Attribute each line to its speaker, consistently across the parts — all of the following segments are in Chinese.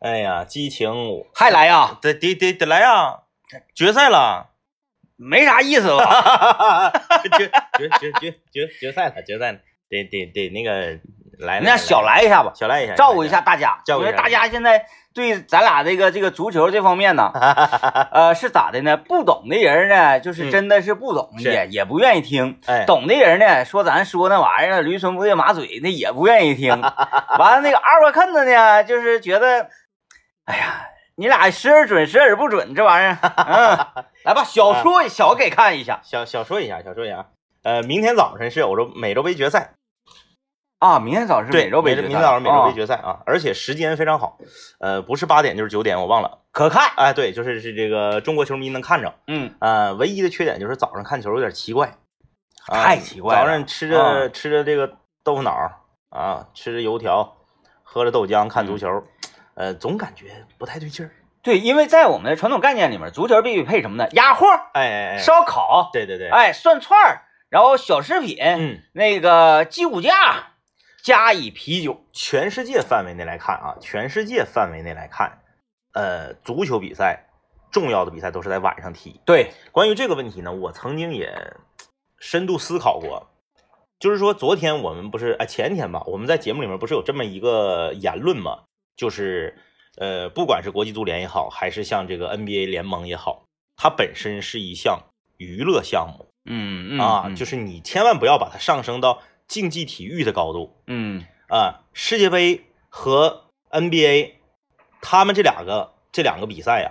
Speaker 1: 哎呀，激情，
Speaker 2: 还来啊？
Speaker 1: 得得得得来啊！决赛了，
Speaker 2: 没啥意思吧？
Speaker 1: 决决决决决决赛了，决赛了，得得得那个来，
Speaker 2: 那小来一下吧，
Speaker 1: 小来一下，
Speaker 2: 照顾一下大家，
Speaker 1: 照顾一
Speaker 2: 因
Speaker 1: 下
Speaker 2: 为大家现在对咱俩这个这个足球这方 面呢，呃，是咋的呢？不懂的人呢，就
Speaker 1: 嗯
Speaker 2: 是真的是不懂，
Speaker 1: 是
Speaker 2: 也也不愿意听。
Speaker 1: 哎，
Speaker 2: 懂的人呢，说咱说那玩意儿驴唇不对马嘴，那也不愿意听。完了，那个二瓜看子呢，就是觉得，哎呀，你俩时而准，时而不准，这玩意儿。 嗯，来吧，小说小给看一下
Speaker 1: 小小说一下，小说一下。呃，明天早晨是欧洲美洲杯决赛，
Speaker 2: 啊。明天早上是
Speaker 1: 对，
Speaker 2: 美洲杯
Speaker 1: 美
Speaker 2: 决赛，
Speaker 1: 明天早上美洲杯
Speaker 2: 啊
Speaker 1: 决赛啊，而且时间非常好，呃，不是八点就是九点，我忘了。
Speaker 2: 可看。
Speaker 1: 哎，对，就是是这个中国球迷能看着。
Speaker 2: 嗯，
Speaker 1: 呃，唯一的缺点就是早上看球有点奇怪，啊
Speaker 2: 太奇怪了
Speaker 1: 早上吃着、吃着这个豆腐脑儿啊，吃着油条，喝着豆浆，看足球，呃，总感觉不太对劲儿。
Speaker 2: 对，因为在我们的传统概念里面，足球必须配什么呢？鸭货、
Speaker 1: 哎哎哎，
Speaker 2: 烧烤，
Speaker 1: 对对对，
Speaker 2: 哎，涮串儿，然后小食品，
Speaker 1: 嗯，
Speaker 2: 那个鸡骨架，加以啤酒。
Speaker 1: 全世界范围内来看啊，全世界范围内来看，呃，足球比赛重要的比赛都是在晚上踢。
Speaker 2: 对，
Speaker 1: 关于这个问题呢，我曾经也深度思考过，就是说昨天我们不是哎前天吧，我们在节目里面不是有这么一个言论嘛，就是呃，不管是国际足联也好，还是像这个 NBA 联盟也好，它本身是一项娱乐项目
Speaker 2: 嗯嗯
Speaker 1: 啊，
Speaker 2: 嗯
Speaker 1: 就是你千万不要把它上升到竞技体育的高度
Speaker 2: 嗯
Speaker 1: 啊。世界杯和 NBA，他们这两个这两个比赛啊，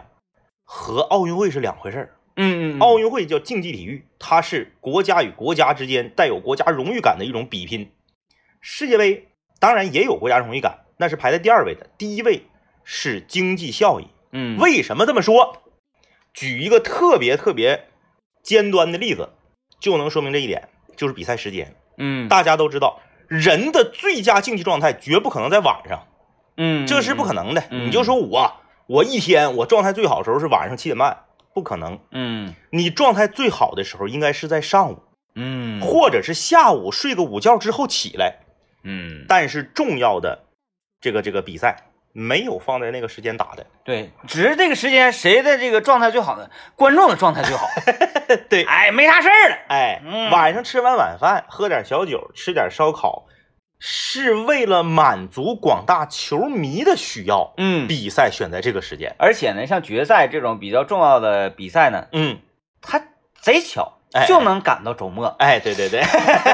Speaker 1: 和奥运会是两回事儿。
Speaker 2: 嗯嗯
Speaker 1: 奥运会叫竞技体育，它是国家与国家之间带有国家荣誉感的一种比拼。世界杯当然也有国家荣誉感，那是排在第二位的，第一位是经济效益。
Speaker 2: 嗯
Speaker 1: 为什么这么说？举一个特别特别尖端的例子，就能说明这一点，就是比赛时间。
Speaker 2: 嗯
Speaker 1: 大家都知道，人的最佳竞技状态绝不可能在晚上，
Speaker 2: 嗯
Speaker 1: 这是不可能的。
Speaker 2: 嗯
Speaker 1: 你就说我，我一天我状态最好的时候是晚上七点半，不可能。
Speaker 2: 嗯
Speaker 1: 你状态最好的时候应该是在上午，
Speaker 2: 嗯
Speaker 1: 或者是下午睡个午觉之后起来。
Speaker 2: 嗯
Speaker 1: 但是重要的这个这个比赛没有放在那个时间打的，
Speaker 2: 对，只是这个时间谁的这个状态最好呢？观众的状态最好。
Speaker 1: 对
Speaker 2: 哎，没啥事儿了。
Speaker 1: 哎，
Speaker 2: 嗯
Speaker 1: 晚上吃完晚饭，喝点小酒，吃点烧烤，是为了满足广大球迷的需要。
Speaker 2: 嗯，
Speaker 1: 比赛选在这个时间，
Speaker 2: 而且呢，像决赛这种比较重要的比赛呢，
Speaker 1: 嗯，
Speaker 2: 它贼巧
Speaker 1: 哎，
Speaker 2: 就能赶到周末。
Speaker 1: 哎，对对对，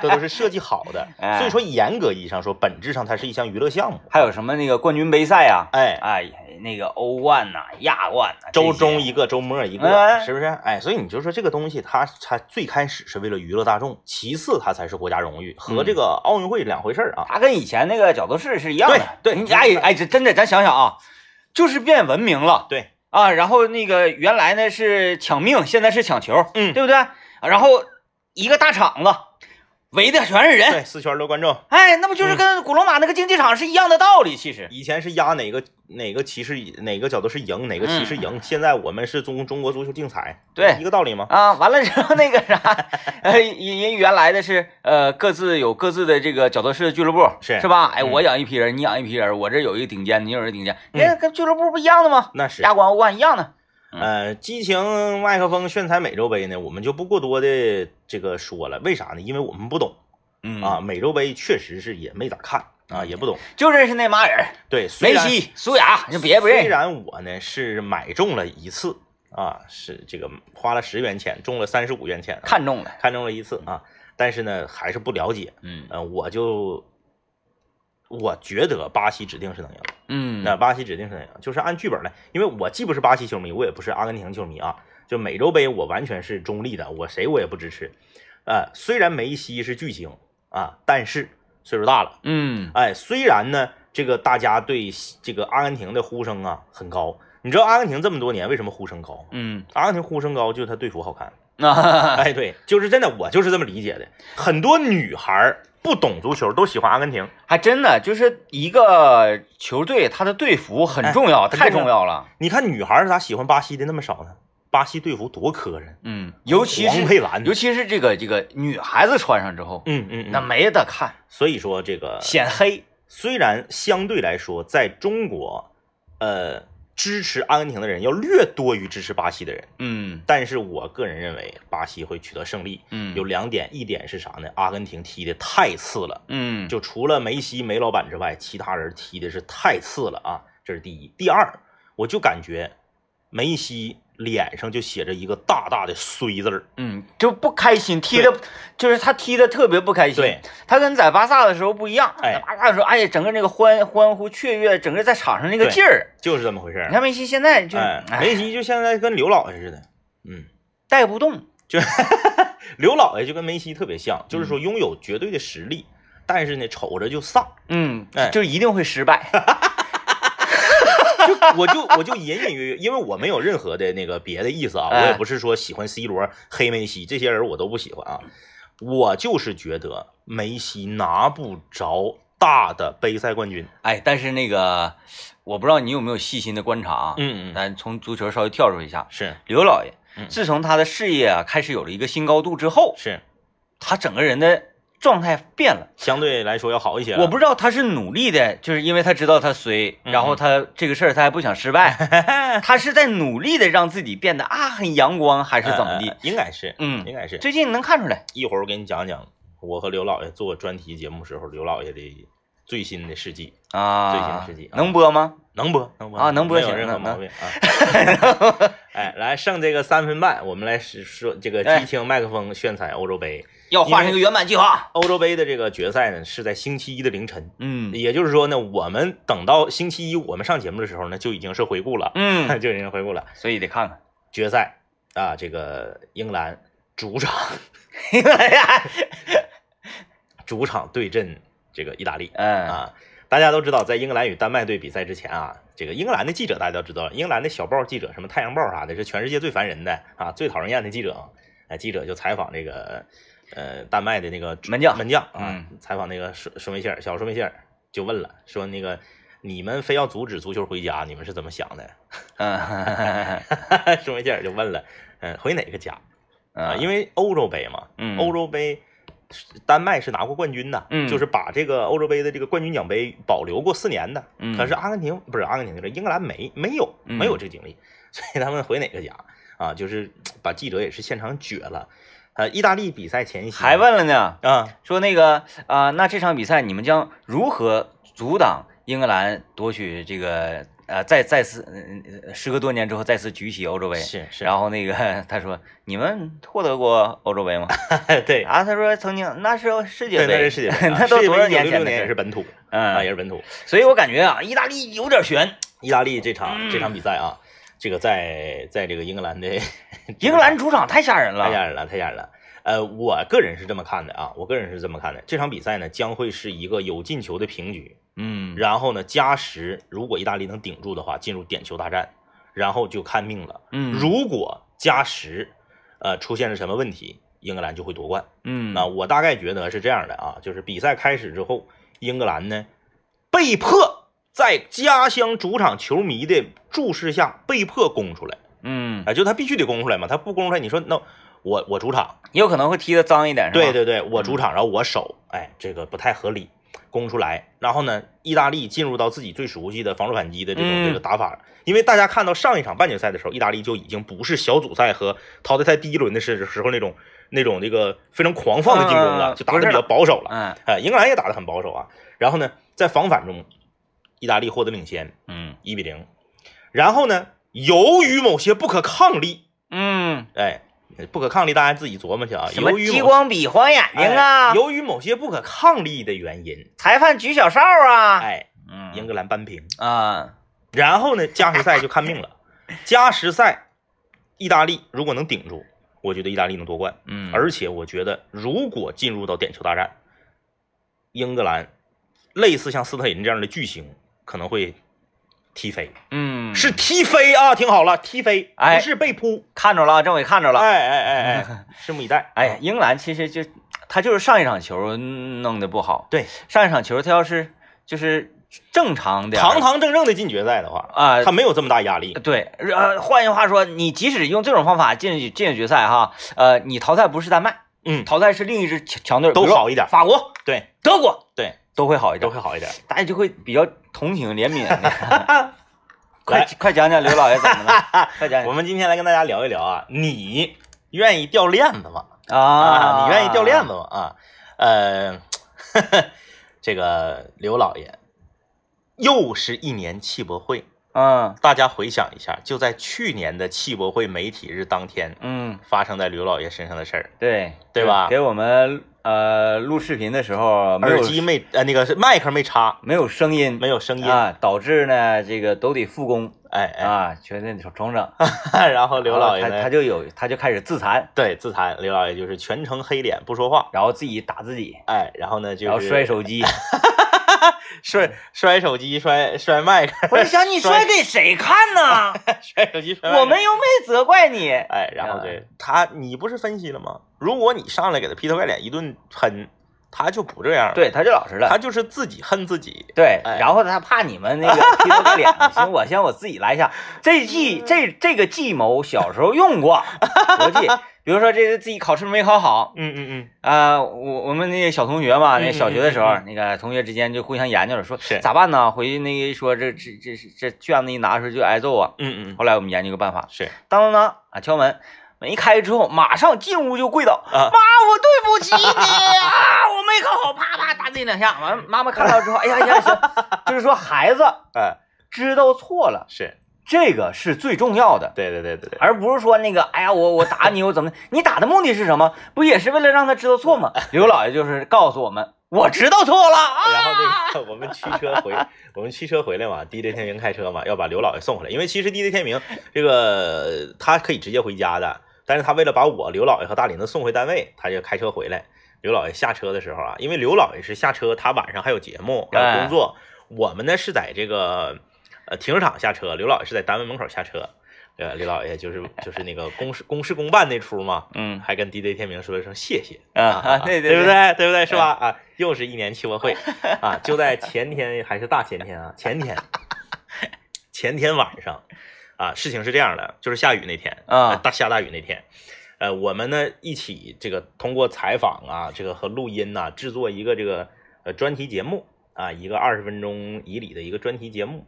Speaker 1: 这都是设计好的。
Speaker 2: 哎
Speaker 1: 所以说，严格意义上说，本质上它是一项娱乐项目。
Speaker 2: 还有什么那个冠军杯赛啊，
Speaker 1: 哎，
Speaker 2: 哎，那个欧冠呐、亚冠呐、啊
Speaker 1: 周中
Speaker 2: 一
Speaker 1: 一个，周末一个，
Speaker 2: 哎
Speaker 1: 是不是？哎，所以你就说这个东西它，它最开始是为了娱乐大众，其次它才是国家荣誉，和
Speaker 2: 嗯
Speaker 1: 这个奥运会两回事儿啊。
Speaker 2: 它跟以前那个角斗士是一样的。
Speaker 1: 对对
Speaker 2: 你哎哎，这真的，咱想想啊，就是变文明了。
Speaker 1: 对
Speaker 2: 啊，然后那个原来呢是抢命，现在是抢球，
Speaker 1: 嗯
Speaker 2: 对不对？啊然后一个大场子围的全是人，
Speaker 1: 对，嗯四圈儿的观众，
Speaker 2: 哎，那不就是跟古罗马那个竞技场是一样的道理？其实，
Speaker 1: 以前是压哪个哪个骑士哪个角度是赢，哪个骑士赢，现在我们是中中国足球竞彩，
Speaker 2: 嗯对
Speaker 1: 一个道理 吗？
Speaker 2: 啊，完了之后那个啥， 呃，因因原来的是呃各自有各自的这个角斗士俱乐部，
Speaker 1: 是
Speaker 2: 是吧？哎，
Speaker 1: 嗯
Speaker 2: 我养一批人，你养一批人，我这有一个顶尖，你有一个顶尖，
Speaker 1: 嗯
Speaker 2: 那跟俱乐部不一样的吗？
Speaker 1: 那是
Speaker 2: 亚冠、欧冠一样的，
Speaker 1: 呃，激情麦克风炫彩美洲杯呢，我们就不过多的这个说了，为啥呢？因为我们不懂
Speaker 2: 嗯
Speaker 1: 啊，美洲杯确实是也没咋看啊，也不懂。
Speaker 2: 就认识那妈人儿，
Speaker 1: 对，虽
Speaker 2: 梅
Speaker 1: 然
Speaker 2: 西、苏亚，你就别不认
Speaker 1: 虽
Speaker 2: 识。
Speaker 1: 然我呢是买中了一次啊，是这个花了十元钱中了三十五元钱啊、
Speaker 2: 看中了，
Speaker 1: 看中了一次啊，但是呢还是不了解。
Speaker 2: 嗯
Speaker 1: 呃，我就我觉得巴西指定是能赢，
Speaker 2: 嗯
Speaker 1: 那、巴西指定是能赢，就是按剧本来，因为我既不是巴西球迷，我也不是阿根廷球迷啊，就美洲杯我完全是中立的，我谁我也不支持。呃，虽然梅西是巨星啊，但是岁数大了。
Speaker 2: 嗯
Speaker 1: 哎，虽然呢，这个大家对西这个阿根廷的呼声啊很高，你知道阿根廷这么多年为什么呼声高吗？
Speaker 2: 嗯，
Speaker 1: 阿根廷呼声高就是他队服好
Speaker 2: 啊
Speaker 1: 看。
Speaker 2: 那
Speaker 1: 哎，对，就是真的，我就是这么理解的。很多女孩儿不懂足球，都喜欢阿根廷。
Speaker 2: 还真的就是一个球队，他的队服很重要，
Speaker 1: 哎很
Speaker 2: 太
Speaker 1: 重要
Speaker 2: 重要了。
Speaker 1: 你看女孩儿咋喜欢巴西的那么少呢？巴西队服多磕碜，
Speaker 2: 嗯，尤其
Speaker 1: 黄佩
Speaker 2: 是
Speaker 1: 兰，
Speaker 2: 尤其是这个这个女孩子穿上之后，
Speaker 1: 嗯嗯，
Speaker 2: 那
Speaker 1: 嗯
Speaker 2: 没得看，
Speaker 1: 所以说这个
Speaker 2: 显黑。
Speaker 1: 虽然相对来说，在中国，呃，支持阿根廷的人要略多于支持巴西的人，
Speaker 2: 嗯
Speaker 1: 但是我个人认为巴西会取得胜利。
Speaker 2: 嗯
Speaker 1: 有两点，一点是啥呢？阿根廷踢的太次了，
Speaker 2: 嗯
Speaker 1: 就除了梅西、梅老板之外，其他人踢的是太次了啊，这是第一。第二，我就感觉梅西脸上就写着一个大大的“衰”字儿。
Speaker 2: 嗯就不开心，踢的就是他踢的特别不开心。
Speaker 1: 对，
Speaker 2: 他跟在巴萨的时候不一样，
Speaker 1: 哎
Speaker 2: 在巴萨的时候，哎呀，整个那个欢欢呼雀跃，整个在场上那个
Speaker 1: 对
Speaker 2: 劲儿。
Speaker 1: 就是这么回事
Speaker 2: 你
Speaker 1: 儿。
Speaker 2: 看梅西现在就
Speaker 1: 哎，
Speaker 2: 哎
Speaker 1: 梅西就现在跟刘老爷似的，嗯，
Speaker 2: 带不动，
Speaker 1: 刘老爷就跟梅西特别像，就是说拥有绝对的实力，但是呢，瞅着就丧。
Speaker 2: 嗯
Speaker 1: 哎，
Speaker 2: 就一定会失败。
Speaker 1: 就我就我就隐隐约约，因为我没有任何的那个别的意思啊，我
Speaker 2: 哎
Speaker 1: 也不是说喜欢 C 罗、黑梅西这些人我都不喜欢啊，我就是觉得梅西拿不着大的杯赛冠军。啊
Speaker 2: 哎，但是那个，我不知道你有没有细心的观察啊。
Speaker 1: 嗯，
Speaker 2: 咱从足球稍微跳出一下，
Speaker 1: 是
Speaker 2: 刘老爷
Speaker 1: 嗯
Speaker 2: 自从他的事业啊开始有了一个新高度之后，
Speaker 1: 是，
Speaker 2: 他整个人的状态变了。
Speaker 1: 相对来说要好一些了。
Speaker 2: 我不知道他是努力的，就是因为他知道他衰，
Speaker 1: 嗯
Speaker 2: 然后他这个事儿他还不想失 败，他是在努力的让自己变得啊很阳光，还是怎么
Speaker 1: 呃
Speaker 2: 地？？
Speaker 1: 应该是，
Speaker 2: 嗯，
Speaker 1: 应该是。
Speaker 2: 最近能看出来。
Speaker 1: 一会儿我给你讲讲我和刘老爷做专题节目时候刘老爷的最新的事迹，最新
Speaker 2: 啊
Speaker 1: 的事迹啊，
Speaker 2: 能播吗？
Speaker 1: 能播能播
Speaker 2: 啊能播
Speaker 1: 没有
Speaker 2: 行
Speaker 1: 任何
Speaker 2: 那
Speaker 1: 毛病啊。 哎，来剩这个三分半，我们来是说这个
Speaker 2: 哎
Speaker 1: 激情麦克风炫彩欧洲杯。
Speaker 2: 要画
Speaker 1: 因
Speaker 2: 成
Speaker 1: 为
Speaker 2: 一个圆满计划。
Speaker 1: 欧洲杯的这个决赛呢是在星期一的凌晨，
Speaker 2: 嗯
Speaker 1: 也就是说呢，我们等到星期一我们上节目的时候呢，就已经是回顾了，
Speaker 2: 嗯，
Speaker 1: 就已经回顾了
Speaker 2: 所以得看 看。
Speaker 1: 决赛啊，这个英格兰主场
Speaker 2: 哎
Speaker 1: 主场对阵这个意大利
Speaker 2: 嗯
Speaker 1: 啊。大家都知道，在英格兰与丹麦队比赛之前啊，这个英格兰的记者大家都知道，英格兰的小报记者，什么太阳报啥的，是全世界最烦人的啊，最讨人厌的记者啊。哎，记者就采访这个呃丹麦的那个
Speaker 2: 门将
Speaker 1: 门将啊，
Speaker 2: 嗯
Speaker 1: 采访那个舒舒梅切尔，小舒梅切尔就问了，说那个你们非要阻止足球回家，你们是怎么想的？
Speaker 2: 嗯
Speaker 1: 舒梅切尔就问了，嗯、回哪个家啊？
Speaker 2: 嗯，
Speaker 1: 因为欧洲杯嘛，
Speaker 2: 嗯
Speaker 1: 欧洲杯，丹麦是拿过冠军的，
Speaker 2: 嗯
Speaker 1: 就是把这个欧洲杯的这个冠军奖杯保留过四年的。
Speaker 2: 嗯
Speaker 1: 可是阿根廷不是阿根廷，就是英格兰没没有
Speaker 2: 嗯
Speaker 1: 没有这个经历， 所以他们回哪个家啊？就是把记者也是现场撅了。呃，意大利比赛前夕
Speaker 2: 还问了呢。
Speaker 1: 啊，
Speaker 2: 说那个啊、那这场比赛你们将如何阻挡英格兰夺取这个呃再再次呃呃时隔多年之后再次举起欧洲杯？
Speaker 1: 是是，
Speaker 2: 然后那个他说你们获得过欧洲杯吗？
Speaker 1: 对
Speaker 2: 啊，他说曾经那是世界
Speaker 1: 对，那
Speaker 2: 杯，
Speaker 1: 是世界杯啊，
Speaker 2: 那都多少
Speaker 1: 年
Speaker 2: 年
Speaker 1: 六
Speaker 2: 前
Speaker 1: 六
Speaker 2: 的
Speaker 1: 年也是
Speaker 2: 事？
Speaker 1: 本土啊，也
Speaker 2: 嗯，
Speaker 1: 是本土。
Speaker 2: 所以我感觉啊，意大利有点悬，
Speaker 1: 意大利这场
Speaker 2: 嗯
Speaker 1: 这场比赛啊，这个在在这个英格兰的
Speaker 2: 英格兰主场太吓人
Speaker 1: 太吓
Speaker 2: 了。
Speaker 1: 人了，太吓人了。呃，我个人是这么看的啊，我个人是这么看的，这场比赛呢将会是一个有进球的平局，
Speaker 2: 嗯
Speaker 1: 然后呢加时，如果意大利能顶住的话，进入点球大战，然后就看命了。
Speaker 2: 嗯，
Speaker 1: 如果加时，呃，出现了什么问题，英格兰就会夺冠。
Speaker 2: 嗯
Speaker 1: 那我大概觉得是这样的啊，就是比赛开始之后，英格兰呢被迫在家乡主场球迷的注视下被迫攻出来，
Speaker 2: 嗯，
Speaker 1: 啊，就他必须得攻出来嘛，他不攻出来，你说那我我主场，
Speaker 2: 有可能会踢得脏一点，是吧
Speaker 1: 对，
Speaker 2: 嗯
Speaker 1: 对对，我主场，然后我守，哎，这个不太合理，攻出来。然后呢，意大利进入到自己最熟悉的防守反击的这种
Speaker 2: 嗯
Speaker 1: 这个打法，因为大家看到上一场半决赛的时候，意大利就已经不是小组赛和淘汰赛第一轮的时时候那种那种这个非常狂放的进攻了，
Speaker 2: 啊
Speaker 1: 就打得比较保守了。
Speaker 2: 嗯
Speaker 1: 哎，英格兰也打得很保守啊。然后呢，在防反中，意大利获得领先
Speaker 2: 嗯
Speaker 1: 一比零。然后呢，由于某些不可抗力，
Speaker 2: 嗯，
Speaker 1: 哎，不可抗力大家自己琢磨去啊。
Speaker 2: 什么
Speaker 1: 由于
Speaker 2: 激
Speaker 1: 某
Speaker 2: 光笔、晃眼睛啊
Speaker 1: 哎，由于某些不可抗力的原因，
Speaker 2: 裁判举小哨啊，
Speaker 1: 哎，
Speaker 2: 嗯
Speaker 1: 英格兰扳平。
Speaker 2: 啊，
Speaker 1: 然后呢，加时赛就看 命了。加时赛，意大利如果能顶住，我觉得意大利能夺冠。
Speaker 2: 嗯，
Speaker 1: 而且我觉得，如果进入到点球大战，英格兰类似像斯特林这样的巨星可能会踢飞，
Speaker 2: 嗯
Speaker 1: 是踢飞啊！听好了，踢飞，
Speaker 2: 哎
Speaker 1: 不是被扑。
Speaker 2: 看着了啊，政委看着了，
Speaker 1: 哎哎哎 哎，拭目以待。
Speaker 2: 哎呀，英格兰其实就他就是上一场球弄得不好，
Speaker 1: 对，
Speaker 2: 上一场球他要是就是正常点儿，
Speaker 1: 堂堂正正的进决赛的话，
Speaker 2: 啊、
Speaker 1: 他没有这么大压力。
Speaker 2: 对，呃，换句话说，你即使用这种方法进去进决赛哈，呃，你淘汰不是丹麦，
Speaker 1: 嗯，
Speaker 2: 淘汰是另一支强强队，
Speaker 1: 都
Speaker 2: 比如说
Speaker 1: 好一点
Speaker 2: 法国、
Speaker 1: 对
Speaker 2: 德国，
Speaker 1: 对，
Speaker 2: 都会好一
Speaker 1: 都
Speaker 2: 点
Speaker 1: 会，好一点。
Speaker 2: 大家就会比较同情怜悯你。 快
Speaker 1: 来
Speaker 2: 快讲讲刘老爷怎么 了？快讲
Speaker 1: 我
Speaker 2: 讲
Speaker 1: 们今天来跟大家聊一聊啊，你愿意掉链子吗？
Speaker 2: 啊！
Speaker 1: 你愿意掉链子吗？啊，呃，这个刘老爷又是一年汽博会，
Speaker 2: 嗯
Speaker 1: 大家回想一下，就在去年的汽博会媒体日当天
Speaker 2: 嗯，
Speaker 1: 发生在刘老爷身上的事儿，
Speaker 2: 对
Speaker 1: 对吧
Speaker 2: 给我们呃录视频的时候，没有
Speaker 1: 耳机没呃那个是麦克没插，
Speaker 2: 没有声音，
Speaker 1: 没有声音，
Speaker 2: 啊，导致呢这个都得复工
Speaker 1: 哎
Speaker 2: 啊，全得重整。
Speaker 1: 哎， 然后刘老爷
Speaker 2: 然后啊他他
Speaker 1: 呢，
Speaker 2: 就有他就开始自残，
Speaker 1: 对自残，刘老爷就是全程黑脸不说话，
Speaker 2: 然后自己打自己，
Speaker 1: 哎，然后呢
Speaker 2: 然
Speaker 1: 就
Speaker 2: 后
Speaker 1: 是
Speaker 2: 摔 手机。
Speaker 1: 摔摔手机，摔摔麦克，
Speaker 2: 我就想你
Speaker 1: 摔
Speaker 2: 摔给谁看呢？
Speaker 1: 摔手机，摔麦克
Speaker 2: 我们又没责怪你。
Speaker 1: 哎，然后
Speaker 2: 啊
Speaker 1: 对他，你不是分析了吗？如果你上来给他劈头盖脸一顿喷，他就不这样了，
Speaker 2: 对，他就老实了。
Speaker 1: 他就是自己恨自己。
Speaker 2: 对，
Speaker 1: 哎
Speaker 2: 然后他怕你们 那个劈头盖脸，行，我先我自己来一下。这
Speaker 1: 嗯
Speaker 2: 计这这个计谋小时候用 过，我记，比如说这个自己考试没考好
Speaker 1: 嗯嗯嗯，
Speaker 2: 啊、我我们那个小同学嘛，
Speaker 1: 嗯
Speaker 2: 那小学的时候，
Speaker 1: 嗯
Speaker 2: 那个同学之间就互相研究着说
Speaker 1: 是
Speaker 2: 咋办呢？回去那个说这这这这卷子一拿出来就挨揍啊。
Speaker 1: 嗯嗯嗯，
Speaker 2: 后来我们研究个办法，
Speaker 1: 是
Speaker 2: 当当当啊，敲门，门一开之后，马上进屋就跪倒，
Speaker 1: 啊
Speaker 2: 妈，我对不起你啊，我没考好，啪啪打自己两下。完，妈妈看到之后，哎呀哎呀，行，就是说孩子
Speaker 1: 哎，
Speaker 2: 知道错了，
Speaker 1: 是
Speaker 2: 这个是最重要的，
Speaker 1: 对对对对对，
Speaker 2: 而不是说那个，哎呀，我我打你，我怎么？你打的目的是什么？不也是为了让他知道错吗？刘老爷就是告诉我们，我知道错了啊。
Speaker 1: 然后这个 我们驱车回，我们驱车回来嘛，DJ 天明开车嘛，要把刘老爷送回来，因为其实 DJ 天明这个他可以直接回家的，但是他为了把我刘老爷和大林子送回单位，他就开车回来。刘老爷下车的时候啊，因为刘老爷是下车，他晚上还有节目，还有工作，我们呢是在这个呃停车场下车，刘老爷是在单位门口下车。呃，刘老爷就是就是那个公事公事公办那出嘛，
Speaker 2: 嗯
Speaker 1: 还跟 DJ 天明说一声谢谢。
Speaker 2: 啊 啊，对
Speaker 1: 对
Speaker 2: 对哎
Speaker 1: 不，对？对不对？是吧？啊，又是一年汽博会啊，就在前天还是大前天啊，前天，前天晚上啊，事情是这样的，就是下雨那天
Speaker 2: 啊
Speaker 1: 呃大下大雨那天，呃，我们呢一起这个通过采访啊，这个和录音呐、制作一个这个呃专题节目啊，一个二十分钟以里的一个专题节目。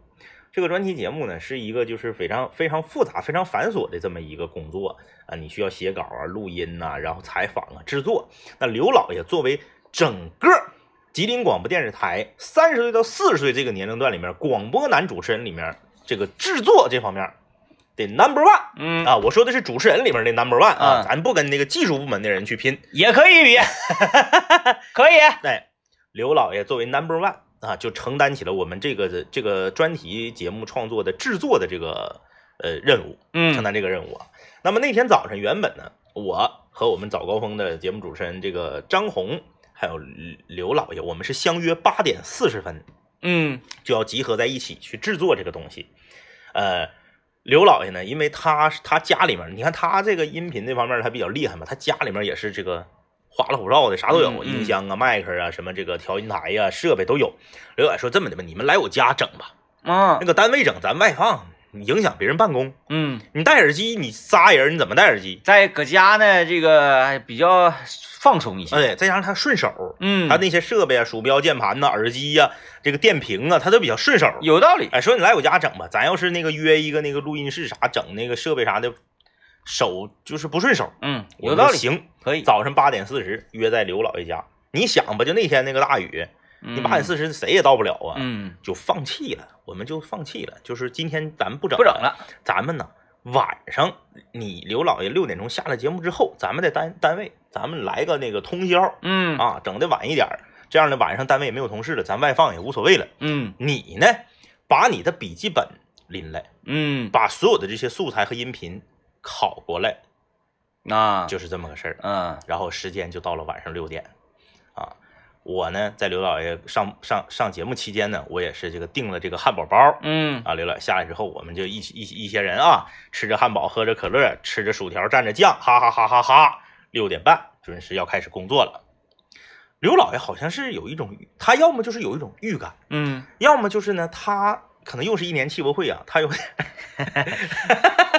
Speaker 1: 这个专题节目呢，是一个就是非常非常复杂、非常繁琐的这么一个工作啊，你需要写稿啊、录音呐、然后采访啊、制作。那刘老爷作为整个吉林广播电视台三十岁到四十岁这个年龄段里面，广播男主持人里面，这个制作这方面的 number one
Speaker 2: 嗯，
Speaker 1: 啊，我说的是主持人里面的 number one 啊，
Speaker 2: 嗯
Speaker 1: 咱不跟那个技术部门的人去拼。
Speaker 2: 也 可以比，可以，
Speaker 1: 哎，刘老爷作为 number one 啊，就承担起了我们这个这个专题节目创作的制作的这个呃任务。承
Speaker 2: 嗯
Speaker 1: 担这个任务啊。那么那天早上，原本呢，我和我们早高峰的节目主持人这个张红，还有刘老爷，我们是相约八点四十分
Speaker 2: 嗯
Speaker 1: 就要集合在一起去制作这个东西。呃，刘老爷呢，因为他是他家里面，你看他这个音频这方面他比较厉害嘛，他家里面也是这个花里胡哨的，啥都有，
Speaker 2: 嗯嗯
Speaker 1: 音箱啊、麦克啊、什么这个调音台呀、设备都有。刘老爷说这么的吧，你们来我家整吧，
Speaker 2: 啊
Speaker 1: 那个单位整，咱外放，影响别人办公。
Speaker 2: 嗯。
Speaker 1: 你戴耳机，你仨人你怎么戴耳机？
Speaker 2: 在搁家呢，这个还比较放松一些。
Speaker 1: 哎，再加上它顺手，
Speaker 2: 嗯，
Speaker 1: 它那些设备啊，鼠标、键盘呐、耳机呀、这个电瓶啊，它都比较顺手。
Speaker 2: 有道理。
Speaker 1: 哎，说你来我家整吧，咱要是那个约一个那个录音室啥，整那个设备啥的，手就是不顺手。
Speaker 2: 嗯，
Speaker 1: 我
Speaker 2: 有道
Speaker 1: 说
Speaker 2: 理，哎
Speaker 1: 行，
Speaker 2: 可以。
Speaker 1: 早上八点四十约在刘老爷家。你想吧，就那天那个大雨，
Speaker 2: 你
Speaker 1: 你八点，四十谁也到不了啊，
Speaker 2: 嗯，
Speaker 1: 就放弃了，我们就放弃了，就是今天咱不整
Speaker 2: 不整了。
Speaker 1: 咱们呢晚上，你刘老爷六点钟下了节目之后，咱们在单单位，咱们来个那个通宵
Speaker 2: 嗯
Speaker 1: 啊，整的晚一点儿，这样的晚上单位也没有同事了，咱外放也无所谓了。
Speaker 2: 嗯
Speaker 1: 你呢，把你的笔记本拎来，
Speaker 2: 嗯，
Speaker 1: 把所有的这些素材和音频拷过来，
Speaker 2: 啊，
Speaker 1: 就是这么个事儿。
Speaker 2: 嗯
Speaker 1: 然后时间就到了晚上六点，啊，我呢在刘老爷上上上节目期间呢，我也是这个订了这个汉堡包，
Speaker 2: 嗯
Speaker 1: 啊，刘老爷下来之后，我们就一起一起一些人啊，吃着汉堡，喝着可乐，吃着薯条，蘸着酱，哈哈哈哈哈！六点半准时要开始工作了。刘老爷好像是有一种，他要么就是有一种预感，
Speaker 2: 嗯，
Speaker 1: 要么就是呢，他可能又是一年汽博会啊，他有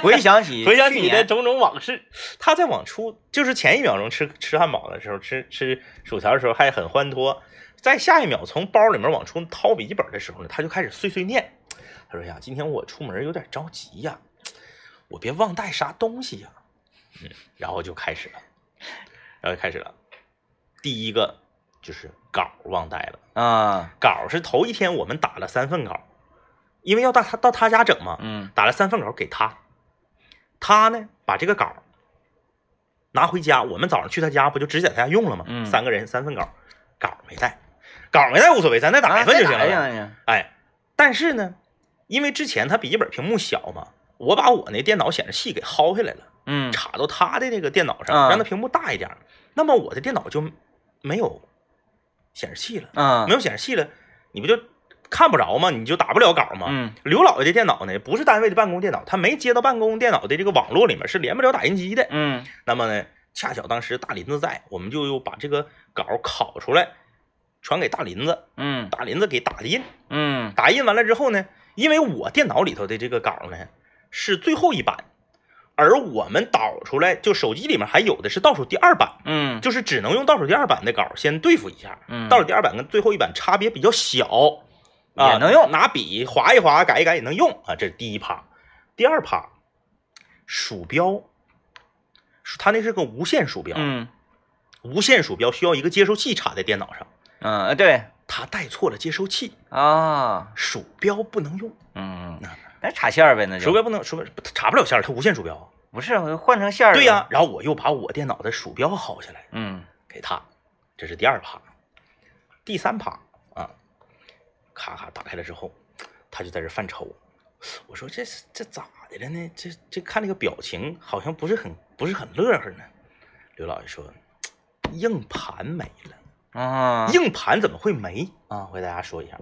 Speaker 2: 回想起
Speaker 1: 回想
Speaker 2: 去
Speaker 1: 起的
Speaker 2: 年
Speaker 1: 种种往事。他在往出，就是前一秒钟吃吃汉堡的时候，吃吃薯条的时候还很欢脱，在下一秒从包里面往出掏笔记本的时候呢，他就开始碎碎念，他说呀，今天我出门有点着急呀，我别忘带啥东西呀，嗯，然后就开始了，然后就开始了，第一个就是稿忘带了，
Speaker 2: 啊，
Speaker 1: 稿是头一天我们打了三份稿，因为要到他到他家整嘛，
Speaker 2: 嗯
Speaker 1: 打了三份稿给他，他呢把这个稿拿回家，我们早上去他家不就直接在他家用了吗？
Speaker 2: 嗯
Speaker 1: 三个人三份稿，稿没带，稿没带无所谓，咱再打一份就行
Speaker 2: 啊再
Speaker 1: 了。
Speaker 2: 打一份就
Speaker 1: 哎，但是呢，因为之前他笔记本屏幕小嘛，我把我那电脑显示器给薅下来了，
Speaker 2: 嗯，
Speaker 1: 插到他的那个电脑
Speaker 2: 啊
Speaker 1: 上，让他屏幕大一点儿。那么我的电脑就没有显示器了，
Speaker 2: 啊
Speaker 1: 没，有显示器了，你不就看不着吗？你就打不了稿吗？
Speaker 2: 嗯
Speaker 1: 刘老爷的电脑呢，不是单位的办公电脑，他没接到办公电脑的这个网络里面，是连不了打印机的。
Speaker 2: 嗯
Speaker 1: 那么呢，恰巧当时大林子在，我们就又把这个稿拷出来，传给大林子，
Speaker 2: 嗯
Speaker 1: 大林子给打印，
Speaker 2: 嗯
Speaker 1: 打印完了之后呢，因为我电脑里头的这个稿呢是最后一版，而我们导出来就手机里面还有的是倒数第二版，
Speaker 2: 嗯，
Speaker 1: 就是只能用倒数第二版的稿先对付一下，
Speaker 2: 嗯
Speaker 1: 倒数第二版跟最后一版差别比较小，啊、
Speaker 2: 也能用
Speaker 1: 拿笔划一划、改一改也能用啊。这是第一趴，第二趴，鼠标，鼠它那是个无线鼠标，
Speaker 2: 嗯
Speaker 1: 无线鼠标需要一个接收器插在电脑上，
Speaker 2: 嗯呃对
Speaker 1: 他带错了接收器，
Speaker 2: 啊，
Speaker 1: 鼠标不能用，
Speaker 2: 嗯，那插线儿呗，那
Speaker 1: 鼠
Speaker 2: 就
Speaker 1: 标不能，鼠标不插不了线儿，它无线鼠标啊。
Speaker 2: 不是我就换成线儿呗。
Speaker 1: 对呀、然后我又把我电脑的鼠标薅下来，
Speaker 2: 嗯
Speaker 1: 给他，这是第二趴。第三趴啊，咔咔打开了之后，他就在这犯愁。我说这是这咋的了呢？这这看这个表情好像不是很不是很乐呵呢。刘老爷说，硬盘没了。
Speaker 2: 啊，
Speaker 1: 硬盘怎么会没啊？我给大家说一下，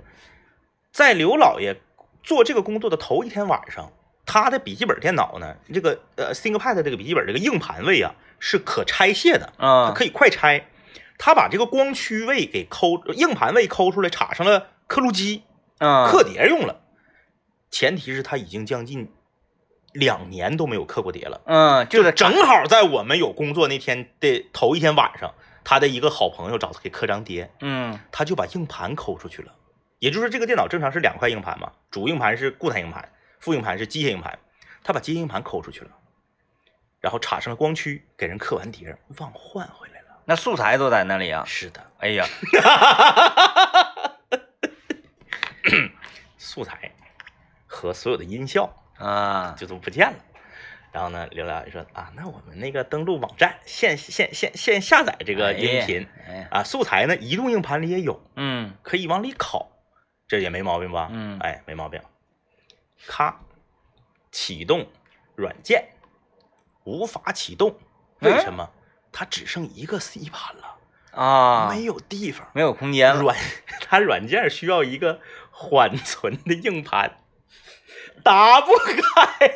Speaker 1: 在刘老爷做这个工作的头一天晚上，他的笔记本电脑呢，这个呃 ThinkPad 这个笔记本这个硬盘位啊是可拆卸的，它
Speaker 2: 啊
Speaker 1: 可以快拆。他把这个光驱位给抠，硬盘位抠出来，插上了刻录机，
Speaker 2: 啊
Speaker 1: 刻碟用了。前提是他已经将近两年都没有刻过碟了。
Speaker 2: 嗯就
Speaker 1: 就
Speaker 2: 在
Speaker 1: 正好在我们有工作那天的头一天晚上，他的一个好朋友找他给刻张碟，
Speaker 2: 嗯
Speaker 1: 他就把硬盘抠出去了。也就是这个电脑正常是两块硬盘嘛，主硬盘是固态硬盘，副硬盘是机械硬盘，他把机械硬盘抠出去了，然后插上了光驱，给人刻完碟，忘换回来了。
Speaker 2: 那素材都在那里啊。
Speaker 1: 是的，
Speaker 2: 哎呀，
Speaker 1: 素材和所有的音效
Speaker 2: 啊
Speaker 1: 就都不见了。然后呢，刘老师说啊，那我们那个登录网站现现现现下载这个音频、
Speaker 2: 哎呀，
Speaker 1: 啊，素材呢移动硬盘里也有，
Speaker 2: 嗯
Speaker 1: 可以往里拷，这也没毛病吧？
Speaker 2: 嗯
Speaker 1: 哎，没毛病。咔，启动软件，无法启动，
Speaker 2: 哎
Speaker 1: 为什么？它只剩一个 C 盘了，
Speaker 2: 啊，
Speaker 1: 没有地方。
Speaker 2: 没有空间了。
Speaker 1: 软，它软件需要一个缓存的硬盘，打不开，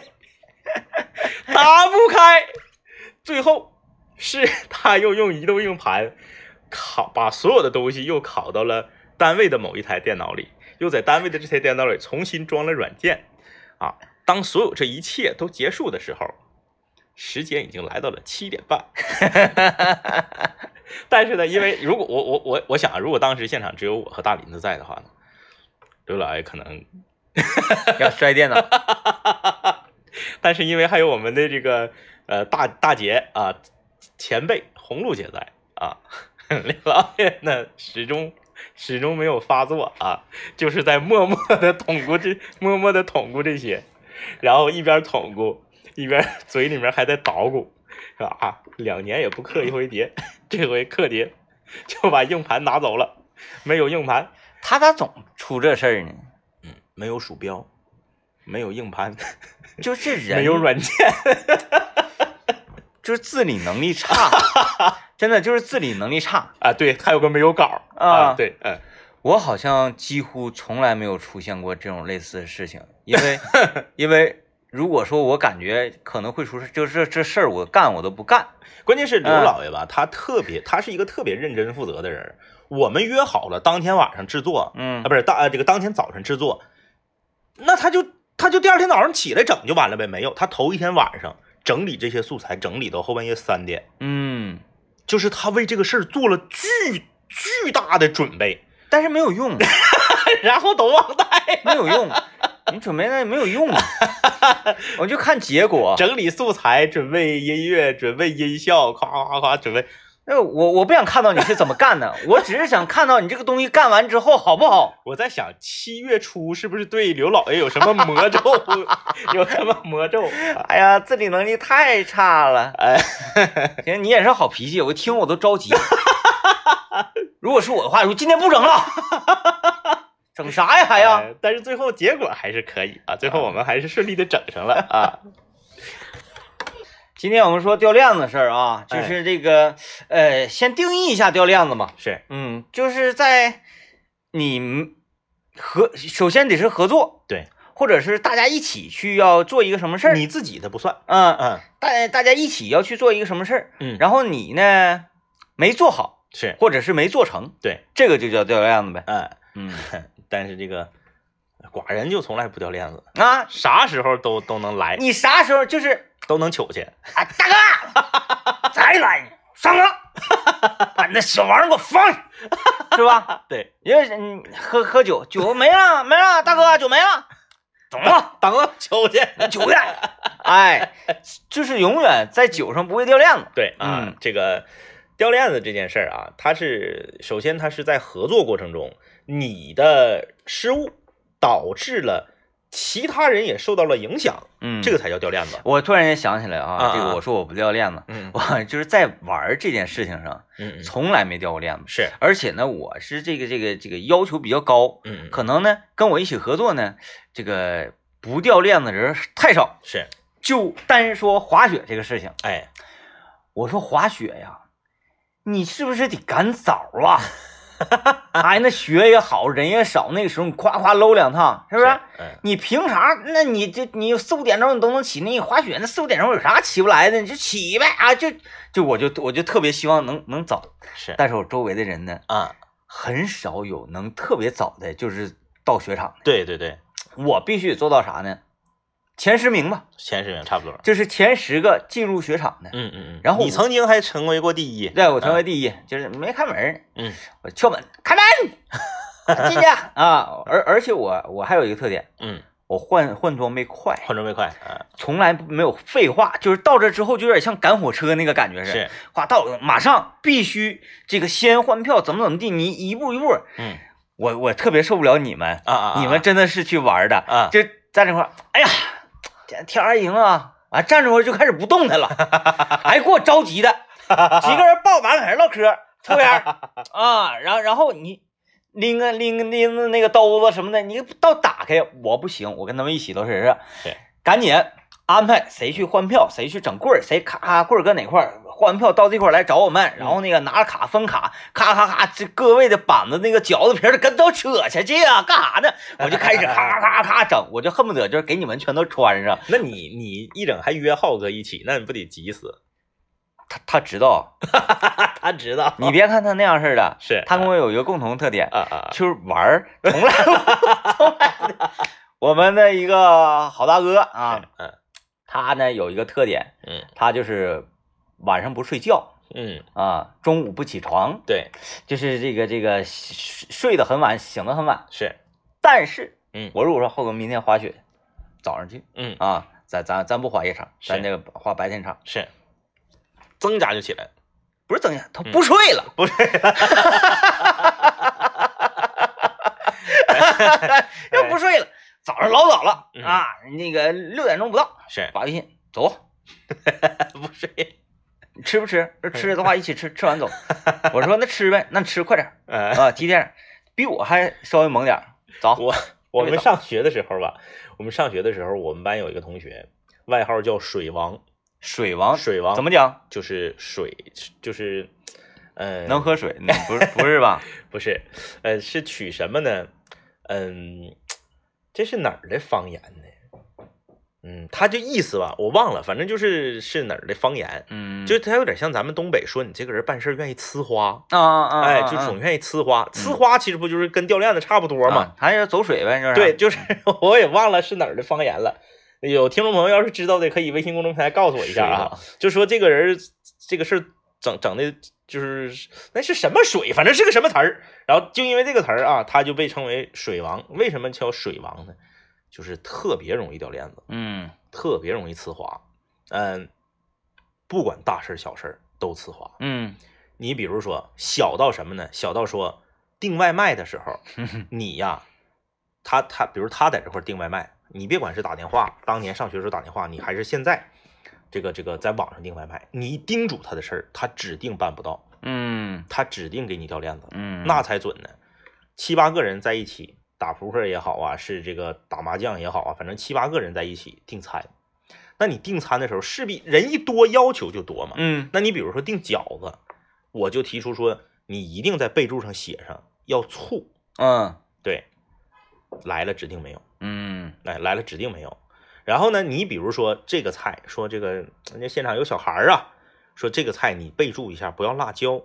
Speaker 1: 打不开。最后是他又用移动硬盘拷，把所有的东西又拷到了单位的某一台电脑里，又在单位的这台电脑里重新装了软件。啊，当所有这一切都结束的时候，时间已经来到了七点半。 但是呢，因为如果我我我我想啊，如果当时现场只有我和大林子在的话呢，刘老爷可能，
Speaker 2: 要摔 电脑。
Speaker 1: 但是因为还有我们的这个呃大大姐啊、前辈红露姐在啊， 刘老爷呢始终始终没有发作啊，就是在默默的捅咕这默默的捅咕这些，然后一边捅咕一边嘴里面还在捣鼓，是吧？啊，两年也不刻一回碟，这回刻碟就把硬盘拿走了，没有硬盘。
Speaker 2: 他咋总出这事儿呢？
Speaker 1: 嗯，没有鼠标，没有硬盘，
Speaker 2: 就这人
Speaker 1: 没有软件。
Speaker 2: 就是自理能力 差，真的就是自理能力差。
Speaker 1: 啊，对，还有个没有稿儿
Speaker 2: 啊
Speaker 1: 对，嗯，
Speaker 2: 我好像几乎从来没有出现过这种类似的事情，因 为因为如果说我感觉可能会出事，就是这这事儿我干我都不干。
Speaker 1: 关键是刘
Speaker 2: 嗯
Speaker 1: 老爷吧，他特别，他是一个特别认真负责的人。我们约好了当天晚上制作，
Speaker 2: 嗯
Speaker 1: 啊，不是当啊这个当天早晨制作，那他就他就第二天早上起来整就完了呗？没有，他头一天晚上整理这些素材，整理到后半夜三点，
Speaker 2: 嗯
Speaker 1: 就是他为这个事儿做了巨巨大的准备，啊
Speaker 2: 但是没有用，
Speaker 1: 哎然后都忘带，
Speaker 2: 没有用，你准备那没有 用，我就看结果。
Speaker 1: 整理素材，准备音乐，准备音效，夸夸夸夸，准备
Speaker 2: 那我我不想看到你是怎么干的，我只是想看到你这个东西干完之后好不好？
Speaker 1: 我在想，七月初是不是对刘老爷有什么魔 咒？有什么魔咒？
Speaker 2: 哎呀，自理能力太差了。
Speaker 1: 哎，
Speaker 2: 行，你也是好脾气，我听我都着急。如果是我的话，我今天不整了，整啥呀还呀？
Speaker 1: 哎但是最后结果还是可以啊，最后我们还是顺利的整上 了啊。
Speaker 2: 今天我们说掉链子的事儿啊，就是这个，呃，先定义一下掉链子嘛。
Speaker 1: 是，
Speaker 2: 嗯，就是在你们合，首先得是合作，
Speaker 1: 对，
Speaker 2: 或者是大家一起去要做一个什么事儿。
Speaker 1: 你自己的不算。
Speaker 2: 嗯，嗯
Speaker 1: 嗯
Speaker 2: 大大家一起要去做一个什么事儿，
Speaker 1: 嗯，
Speaker 2: 然后你呢没做好，
Speaker 1: 是
Speaker 2: 或者是没做成，
Speaker 1: 对，
Speaker 2: 这个就叫掉链子呗。
Speaker 1: 嗯，
Speaker 2: 嗯，
Speaker 1: 但是这个寡人就从来不掉链子，
Speaker 2: 啊，
Speaker 1: 啥时候都都能来，
Speaker 2: 你啥时候就是
Speaker 1: 都能取去。
Speaker 2: 啊，大 哥，再来你上岗，把你那小王给我放下，是吧？
Speaker 1: 对，
Speaker 2: 因为嗯，喝喝酒，酒没了没了，大哥酒没了，怎么 了？
Speaker 1: 等着取去。
Speaker 2: 酒呢？哎，就是永远在酒上不会掉链子。
Speaker 1: 对啊，
Speaker 2: 嗯
Speaker 1: 这个掉链子这件事儿啊，它是首先它是在合作过程中，你的失误导致了其他人也受到了影响，
Speaker 2: 嗯
Speaker 1: 这个才叫掉链子。
Speaker 2: 我突然间想起来
Speaker 1: 啊
Speaker 2: 啊，这
Speaker 1: 啊
Speaker 2: 个我说我不掉链子，
Speaker 1: 嗯
Speaker 2: 我 就是在玩儿这件事情上
Speaker 1: 嗯，
Speaker 2: 从来没掉过链子，
Speaker 1: 是，
Speaker 2: 而且呢，我是这个这个这个要求比较高，
Speaker 1: 嗯
Speaker 2: 可能呢跟我一起合作呢，这个不掉链子的人太少。
Speaker 1: 是，
Speaker 2: 就单说滑雪这个事情，
Speaker 1: 哎，
Speaker 2: 我说滑雪呀，你是不是得赶早 啊？哎，那雪也好，人也少，那个时候你夸夸搂两趟，是
Speaker 1: 是
Speaker 2: 不是？？
Speaker 1: 嗯，
Speaker 2: 你平常那你就你四五点钟你都能起，那你滑雪那四五点钟有啥起不来的？你就起呗啊！就就我就我就特别希望能能早，
Speaker 1: 是
Speaker 2: 但是我周围的人呢，
Speaker 1: 啊，
Speaker 2: 很少有能特别早的，就是到雪场
Speaker 1: 对对对，
Speaker 2: 的。我必须得做到啥呢？前十名吧，
Speaker 1: 前十名差不多。
Speaker 2: 就是前十个进入雪场的。
Speaker 1: 嗯嗯嗯，
Speaker 2: 然后
Speaker 1: 你曾经还成为过第一，
Speaker 2: 对，我成为第一，就是没开门，
Speaker 1: 嗯，
Speaker 2: 我敲门，开 门，进去啊！而而且我我还有一个特点，
Speaker 1: 嗯，
Speaker 2: 我换换装备快，
Speaker 1: 换装备快，啊，
Speaker 2: 从来没有废话，就是到这之后就有点像赶火车那个感觉似的。
Speaker 1: 是，
Speaker 2: 话到了马上必须这个先换票，怎么怎么地，你一步一步，
Speaker 1: 嗯
Speaker 2: 我我特别受不了你们，
Speaker 1: 啊啊，啊
Speaker 2: 你们真的是去玩的，
Speaker 1: 啊，
Speaker 2: 就在这块儿，哎呀，这天儿赢啊，完站这块儿就开始不动 弹了，哎，给我着急的，几个人抱满在那唠嗑、抽烟 儿啊，然后然后你拎个拎个拎个那个兜子什么的，你到打开我不行，我跟他们一起都是
Speaker 1: 对，
Speaker 2: 赶紧安排谁去换票，谁去整棍儿，谁咔咔棍儿搁哪块儿。换完票到这块儿来找我们，然后那个拿着卡分卡，咔咔咔，这各位的板子那个饺子皮儿跟都扯下去啊，干啥呢？我就开始咔咔咔咔整，我就恨不得就是给你们全都穿上。
Speaker 1: 那你你一整还约浩哥一起，那你不得急死？
Speaker 2: 他他知道，
Speaker 1: 他知道，
Speaker 2: 你别看他那样似的，
Speaker 1: 是
Speaker 2: 他跟我有一个共同特点，
Speaker 1: 啊啊，
Speaker 2: 就是玩儿，从来从来的。我们的一个好大哥啊，
Speaker 1: 嗯
Speaker 2: 他呢有一个特点，
Speaker 1: 嗯
Speaker 2: 他就是晚上不睡觉
Speaker 1: 嗯，
Speaker 2: 啊，中午不起床，
Speaker 1: 对，
Speaker 2: 就是这个这个睡睡得很晚，醒得很晚。
Speaker 1: 是，
Speaker 2: 但是，
Speaker 1: 嗯
Speaker 2: 我如果说后头明天滑雪，早上去
Speaker 1: 嗯
Speaker 2: 啊，咱咱咱不滑夜场，
Speaker 1: 是
Speaker 2: 咱这个滑白天场，
Speaker 1: 是，增加就起来了，
Speaker 2: 不是增加，他
Speaker 1: 嗯
Speaker 2: 不睡了，
Speaker 1: 不是
Speaker 2: 要不睡了，早上老早了
Speaker 1: 嗯
Speaker 2: 啊，那个六点钟不到
Speaker 1: 是，
Speaker 2: 发微信走。
Speaker 1: 不是，
Speaker 2: 吃不吃？吃的话一起吃，吃完走。我说那吃呗，那吃快点儿
Speaker 1: 呃，
Speaker 2: 啊，几点？比我还稍微猛点儿，走。
Speaker 1: 我我们上学的时候吧，我们上学的时候，我们班有一个同学，外号叫水王，
Speaker 2: 水王
Speaker 1: 水王
Speaker 2: 怎么讲？
Speaker 1: 就是水，就是，呃，
Speaker 2: 能喝水？嗯不是不是 吧？
Speaker 1: 不是，呃，是取什么呢？嗯，这是哪儿的方言呢？嗯，他就意思吧，我忘了，反正就是是哪儿的方言，
Speaker 2: 嗯，
Speaker 1: 就他有点像咱们东北说你这个人办事儿愿意呲花，
Speaker 2: 啊啊啊！嗯
Speaker 1: 哎，就总愿意呲花，呲花其实不就是跟掉链子差不多
Speaker 2: 说
Speaker 1: 嘛？，
Speaker 2: 还是走水呗，就是
Speaker 1: 对，就是 我也忘了是哪儿的方言了。有听众朋友要是啊
Speaker 2: 啊
Speaker 1: 知道的，可以微信公众平台告诉我一下啊。就说这个人这个事儿整整的就是那是什么水，反正是个什么词儿。然后就因为这个词儿啊，他就被称为水王。为什么叫水王呢？就是特别容易掉链子，
Speaker 2: 嗯
Speaker 1: 特别容易呲花。嗯，不管大事儿小事儿都呲花。
Speaker 2: 嗯
Speaker 1: 你比如说小到什么呢？小到说订外卖的时 候，你呀，他他，比如他在这块儿订外卖，你别管是打电话，当年上学时候打电话，你还是现在这个这个在网上订外卖，你叮嘱他的事儿，他指定办不到，
Speaker 2: 嗯
Speaker 1: 他指定给你掉链子，
Speaker 2: 嗯，
Speaker 1: 那才准呢。七八个人在一起打扑克也好啊，是这个打麻将也好啊，反正七八个人在一起订餐，那你订餐的时候势必人一多要求就多嘛，
Speaker 2: 嗯
Speaker 1: 那你比如说订饺子，我就提出说，你一定在备注上写上要醋，
Speaker 2: 嗯
Speaker 1: 对，来了指定没有，
Speaker 2: 嗯
Speaker 1: 来来了指定没有。然后呢，你比如说这个菜，说这个人家现场有小孩儿啊，说这个菜你备注一下不要辣椒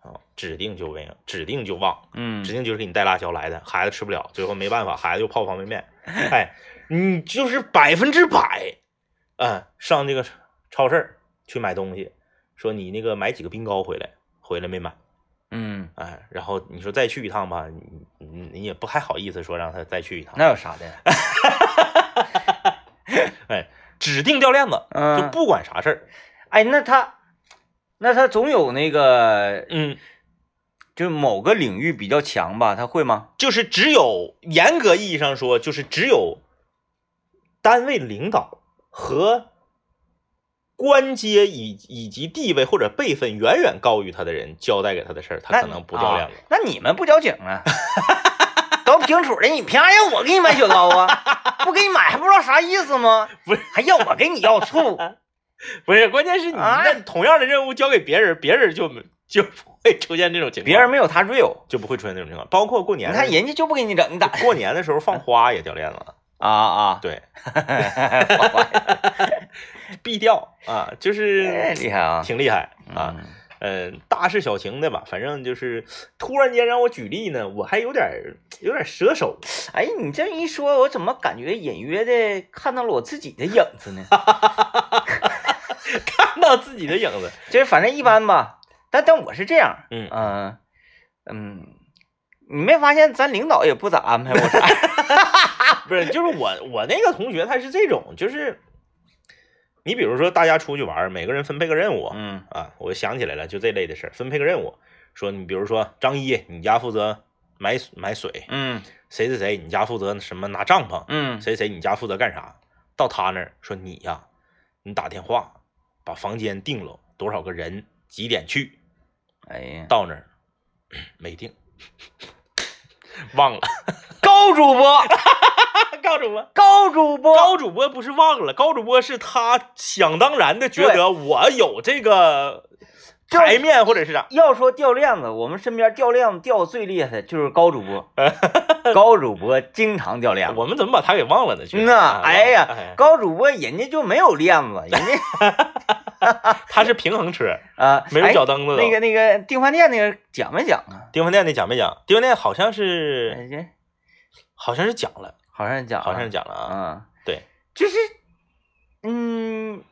Speaker 1: 啊，指定就没有，指定就忘，
Speaker 2: 嗯
Speaker 1: 指定就是给你带辣椒来的，孩子吃不了，最后没办法，孩子又泡方便面，哎，你就是百分之百，啊，上这个超市儿去买东西，说你那个买几个冰糕回来，回来没买，
Speaker 2: 嗯，
Speaker 1: 哎，然后你说再去一趟吧，你你你也不太好意思说让他再去一趟，
Speaker 2: 那有啥的？
Speaker 1: 哎，指定掉链子，就
Speaker 2: 嗯，
Speaker 1: 不管啥事儿，
Speaker 2: 哎，那他，那他总有那个，
Speaker 1: 嗯，
Speaker 2: 就某个领域比较强吧？他会吗？
Speaker 1: 就是只有严格意义上说，就是只有单位领导和官阶以以及地位或者辈分远远高于他的人交代给他的事儿，他
Speaker 2: 那
Speaker 1: 可能不掉链子。
Speaker 2: 啊那你们不交警 啊？搞不清楚的，你凭啥让我给你买雪糕啊？不给你买还不知道啥意思吗？
Speaker 1: 不是，
Speaker 2: 还要我给你要 醋？
Speaker 1: 不是，关键是你
Speaker 2: 啊
Speaker 1: 那同样的任务交给别人，别人就就不会出现这种情况，
Speaker 2: 别人没有他 real，
Speaker 1: 就不会出现这种情况。包括过
Speaker 2: 你
Speaker 1: 年的时候，
Speaker 2: 看人家就不给你整，你咋？
Speaker 1: 过年的时候放花也掉链子了，
Speaker 2: 啊 啊，
Speaker 1: 对，
Speaker 2: 哎
Speaker 1: 必掉啊，就是
Speaker 2: 厉害啊！
Speaker 1: 挺厉害啊。呃，大事小情的吧，反正就是突然间让我举例呢，我还有点儿有点儿蛇手。
Speaker 2: 哎，你这一说，我怎么感觉隐约的看到了我自己的影子呢？
Speaker 1: 看到自己的影子。
Speaker 2: 就是反正一般吧，但但我是这样，
Speaker 1: 嗯
Speaker 2: 嗯嗯，你没发现咱领导也不咋安排我啥？
Speaker 1: 不是，就是我我那个同学他是这种，就是你比如说大家出去玩儿，每个人分配个任务
Speaker 2: 嗯
Speaker 1: 啊，我想起来了，就这类的事儿，分配个任务，说你比如说张一，你家负责买买水，
Speaker 2: 嗯
Speaker 1: 谁谁谁，你家负责什么拿帐篷，
Speaker 2: 嗯
Speaker 1: 谁谁你家负责干啥，到他那儿说你呀、你打电话把房间定了，多少个人，几点去，
Speaker 2: 哎呀，
Speaker 1: 到那儿没定，忘了。
Speaker 2: 高主播，
Speaker 1: 高主播，
Speaker 2: 高主播，
Speaker 1: 高主播不是忘了，高主播是他想当然的觉得我有这个台面或者是啥，
Speaker 2: 要说掉链子，我们身边掉链子掉最厉害的就是高 主播，高主播经常掉链子。
Speaker 1: 哎我们怎么把他给忘了呢？
Speaker 2: 嗯呐，哎呀，
Speaker 1: 呀，
Speaker 2: 高主播人家就没有链子，人家
Speaker 1: 他是平衡车，
Speaker 2: 啊，
Speaker 1: 没有脚蹬子
Speaker 2: 哎
Speaker 1: 的。
Speaker 2: 那个那个订饭店那个讲没讲啊？
Speaker 1: 订饭店那讲没讲？订饭店好像是
Speaker 2: 哎这
Speaker 1: 好像是讲了，
Speaker 2: 好像讲啊，
Speaker 1: 好像是讲了啊。
Speaker 2: 啊，
Speaker 1: 对，
Speaker 2: 就是，嗯，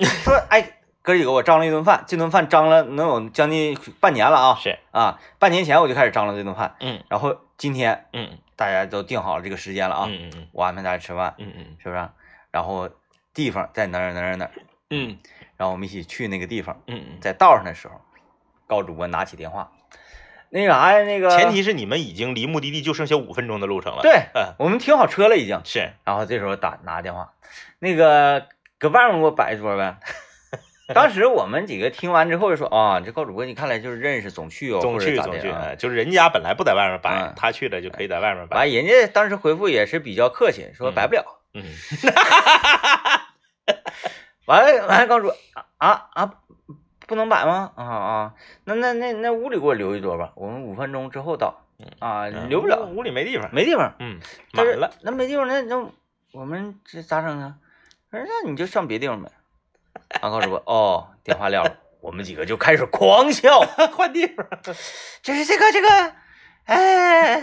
Speaker 2: 说哎，哥几个，我张了一顿饭，这顿饭张了能有将近半年了啊
Speaker 1: 是，
Speaker 2: 啊，半年前我就开始张罗这顿饭，
Speaker 1: 嗯
Speaker 2: 然后今天
Speaker 1: 嗯
Speaker 2: 大家都定好了这个时间了啊，
Speaker 1: 嗯嗯
Speaker 2: 我安排大家吃饭，
Speaker 1: 嗯嗯
Speaker 2: 是不是啊？然后地方在哪儿哪儿哪儿哪儿，
Speaker 1: 嗯
Speaker 2: 然后我们一起去那个地方，
Speaker 1: 嗯嗯。
Speaker 2: 在道上的时候，高主播拿起电话，那啥呀，那个
Speaker 1: 前提是你们已经离目的地就剩下五分钟的路程了。，
Speaker 2: 对
Speaker 1: 嗯，
Speaker 2: 我们停好车了已经，
Speaker 1: 是
Speaker 2: 然后这时候打拿电话，那个搁外面给我摆一桌呗。 当时我们几个听完之后就说啊，这高主播你看来就是认识总去哦，
Speaker 1: 总
Speaker 2: 或者
Speaker 1: 去
Speaker 2: 咋
Speaker 1: 总
Speaker 2: 的
Speaker 1: 去，
Speaker 2: 啊
Speaker 1: 哎就是人家本来不在外面摆
Speaker 2: 嗯，
Speaker 1: 他去了就可以在外面摆。
Speaker 2: 完，人家当时回复也是比较客气，说
Speaker 1: 嗯
Speaker 2: 摆不了。
Speaker 1: 嗯，
Speaker 2: 完了完了，高主播啊啊，不能摆吗？啊啊，那那那那屋里给我留一桌吧，我们五分钟之后到啊，
Speaker 1: 嗯
Speaker 2: 留不了，
Speaker 1: 屋里没地方。
Speaker 2: 没地方。
Speaker 1: 嗯，
Speaker 2: 但
Speaker 1: 满
Speaker 2: 是
Speaker 1: 了。
Speaker 2: 那没地方，那那我们这咋整啊？他说那你就上别地方呗。啊，高主播，哦，电话撂了，我们几个就开始狂笑，
Speaker 1: 换地方。
Speaker 2: 就是这个这个，哎，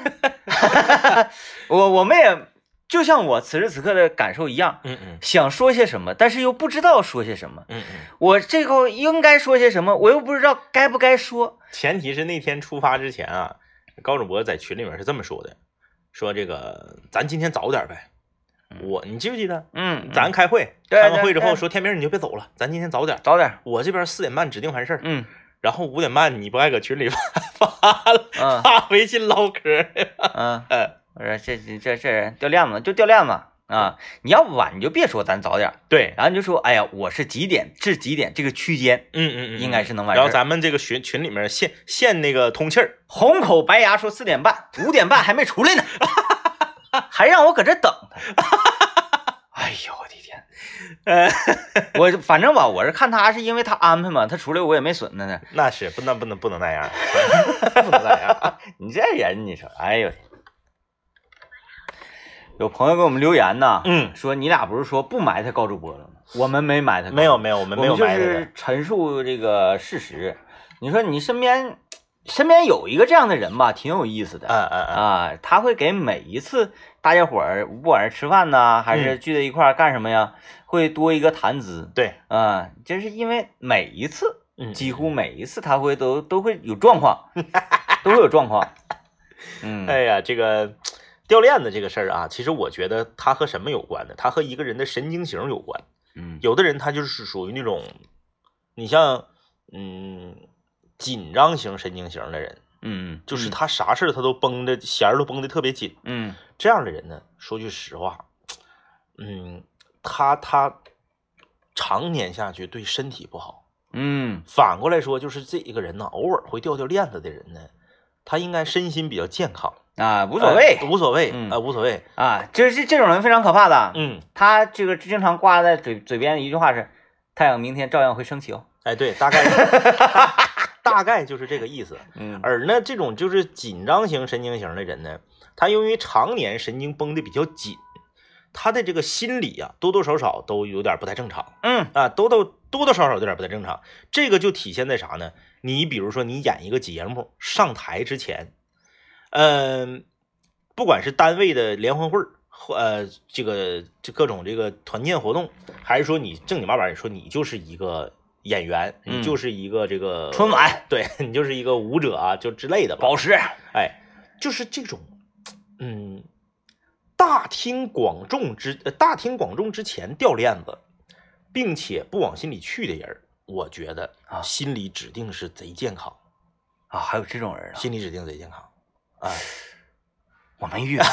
Speaker 2: 我我们也就像我此时此刻的感受一样，
Speaker 1: 嗯嗯
Speaker 2: 想说些什么，但是又不知道说些什么。
Speaker 1: 嗯嗯，
Speaker 2: 我这个应该说些什么，我又不知道该不该说。
Speaker 1: 前提是那天出发之前啊，高主播在群里面是这么说的，说这个咱今天早点呗。
Speaker 2: 嗯
Speaker 1: 我你记不记得
Speaker 2: 嗯，
Speaker 1: 咱开会？
Speaker 2: 对
Speaker 1: 开完
Speaker 2: 对
Speaker 1: 会之
Speaker 2: 对
Speaker 1: 后说天明你就别走了，咱今天早点。
Speaker 2: 早点。
Speaker 1: 我这边四点半指定完事儿，
Speaker 2: 嗯
Speaker 1: 然后五点半你不爱搁群里发发了
Speaker 2: 嗯
Speaker 1: 发微信唠嗑，
Speaker 2: 嗯，
Speaker 1: 嗯，
Speaker 2: 我说这这这这人掉链子就掉链子啊！你要不晚你就别说咱早点儿，
Speaker 1: 对，啊
Speaker 2: 然后你就说哎呀，我是几点至几点这个区间，
Speaker 1: 嗯嗯嗯，
Speaker 2: 应该是能完事
Speaker 1: 然
Speaker 2: 儿。
Speaker 1: 后咱们这个群群里面限限那个通气儿，
Speaker 2: 红口白牙说四点半，五点半还没出来呢， 还让我搁这等他。 哎呦我的 天！哎
Speaker 1: 呃，
Speaker 2: 我反正吧，我是看他是因为他安排嘛，他出来我也没损他 呢。
Speaker 1: 那是不能不能不能那样，不能那样，
Speaker 2: 你这人，你说，哎呦我天！有朋友给我们留言呢，
Speaker 1: 嗯，
Speaker 2: 说你俩不是说不埋汰高主播了吗？我们没埋汰，
Speaker 1: 没有，没有，我
Speaker 2: 我
Speaker 1: 们没
Speaker 2: 们
Speaker 1: 有
Speaker 2: 就
Speaker 1: 埋汰的
Speaker 2: 是，陈述这个事实。你说你身边身边有一个这样的人吧，挺有意思的。
Speaker 1: 嗯嗯嗯，
Speaker 2: 啊，他会给每一次大家伙儿，不管是吃饭呐、还
Speaker 1: 嗯
Speaker 2: 是聚在一块儿干什么呀，会多一个谈资
Speaker 1: 对，
Speaker 2: 啊。就是因为每一次，
Speaker 1: 嗯
Speaker 2: 几乎每一次他会都都会有状况， 都会有状况。嗯，
Speaker 1: 哎呀，这个掉链子这个事儿啊，其实我觉得它和什么有关呢？它和一个人的神经型有关。
Speaker 2: 嗯，
Speaker 1: 有的人他就是属于那种，你像嗯紧张型神经型的人，
Speaker 2: 嗯，
Speaker 1: 就是他啥事儿他都绷着弦儿都绷得特别紧。
Speaker 2: 嗯，
Speaker 1: 这样的人呢，说句实话，嗯，他他常年下去对身体不好。
Speaker 2: 嗯
Speaker 1: 反过来说，就是这一个人呢，偶尔会掉掉链子的人呢，他应该身心比较健康，
Speaker 2: 嗯啊，无所谓
Speaker 1: 呃无所谓，
Speaker 2: 嗯
Speaker 1: 啊，无所谓，
Speaker 2: 啊，就是这种人非常可怕的。
Speaker 1: 嗯，
Speaker 2: 他这个经常挂在嘴嘴边的一句话是：“太阳明天照样会升起哦。
Speaker 1: 哎，对，大 概大大概就是这个意思。”
Speaker 2: 嗯
Speaker 1: 而呢，这种就是紧张型神经型的人呢，他由于常年神经绷得比较紧，他的这个心理啊，多多少少都有点不太正常
Speaker 2: 嗯
Speaker 1: 啊，多多多多少少有点不太正常。这个就体现在啥呢？你比如说，你演一个节目上台之前，嗯、不管是单位的联欢会儿，或呃，这个这各种这个团建活动，还是说你正经八百说你就是一个演员，
Speaker 2: 嗯
Speaker 1: 你就是一个这个
Speaker 2: 春晚，
Speaker 1: 对你就是一个舞者啊，就之类的吧
Speaker 2: 宝。石，啊
Speaker 1: 哎，就是这种，嗯，大庭广众之呃大庭广众之前掉链子，并且不往心里去的人儿，我觉得
Speaker 2: 啊
Speaker 1: 心理指定是贼健康，
Speaker 2: 啊，还有这种人啊！
Speaker 1: 心理指定贼健康。
Speaker 2: 我没遇到，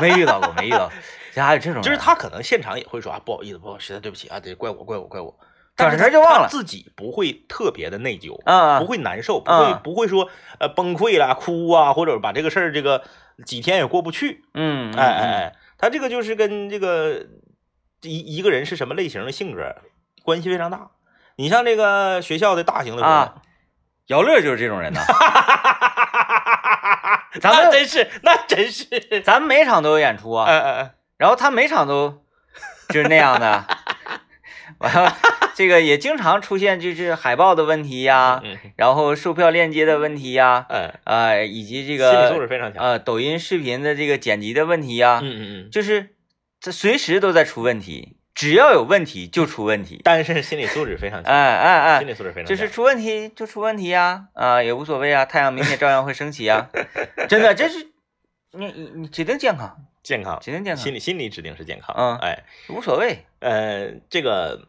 Speaker 2: 没遇到过，没遇到过。这还有这种人，啊
Speaker 1: 就是他可能现场也会说啊，不好意思，不好意思，实在对不起啊，对，怪我，怪我，怪我。
Speaker 2: 转
Speaker 1: 但是
Speaker 2: 身
Speaker 1: 他
Speaker 2: 就忘
Speaker 1: 他
Speaker 2: 了
Speaker 1: 自己不会特别的内疚，
Speaker 2: 啊
Speaker 1: 不，会难受，不
Speaker 2: 啊
Speaker 1: 会不会说呃崩溃啦、哭啊，或者把这个事儿这个几天也过不去。
Speaker 2: 嗯，嗯
Speaker 1: 哎哎，哎，他这个就是跟这个一一个人是什么类型的性格关系非常大。你像这个学校的大型的
Speaker 2: 嗯啊，姚乐就是这种 人呐。咱们
Speaker 1: 那真是那真是，
Speaker 2: 咱们每场都有演出 啊，
Speaker 1: 哎哎哎，
Speaker 2: 然后他每 场都就是那样的， 完了这个也经常出现就是海报的问题呀，
Speaker 1: 嗯
Speaker 2: 然后售票链接的问题呀，
Speaker 1: 哎，
Speaker 2: 呃，以及这
Speaker 1: 心理素质
Speaker 2: 个
Speaker 1: 非常强。
Speaker 2: 呃抖音视频的这个剪辑的问题呀，
Speaker 1: 嗯嗯 嗯，
Speaker 2: 就是这随时都在出问题，只要有问题就出问题。
Speaker 1: 但是心理素质非常
Speaker 2: 哎
Speaker 1: 强，
Speaker 2: 哎
Speaker 1: 嗯
Speaker 2: 哎
Speaker 1: 心，理素质非常强。
Speaker 2: 就是出问题就出问题呀、啊，也无所谓啊，太阳明天照样会升起呀、真的，这是你你你指定健康，
Speaker 1: 健康，
Speaker 2: 指定健康
Speaker 1: 心，理心理指定是健康。
Speaker 2: 嗯
Speaker 1: 哎，
Speaker 2: 无所谓，
Speaker 1: 呃，这个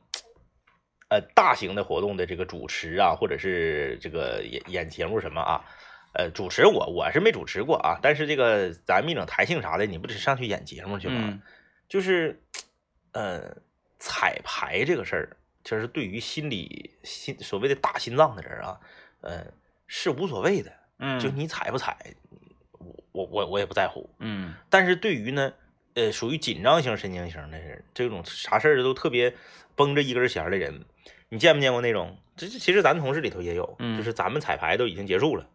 Speaker 1: 呃大型的活动的这个主持啊，或者是这个演演节目什么啊，呃，主持我我是没主持过啊，但是这个咱们一整台庆啥的，你不得上去演节目去吗？
Speaker 2: 嗯
Speaker 1: 就是呃彩排这个事儿，其实对于心理心所谓的大心脏的人啊，呃是无所谓的，
Speaker 2: 嗯，
Speaker 1: 就你彩不彩，我我我我也不在乎，
Speaker 2: 嗯
Speaker 1: 但是对于呢，呃，属于紧张型神经型的人，这种啥事儿都特别绷着一根弦儿的人，你见没见过那种？这这其实咱同事里头也有，
Speaker 2: 嗯
Speaker 1: 就是咱们彩排都已经结束了，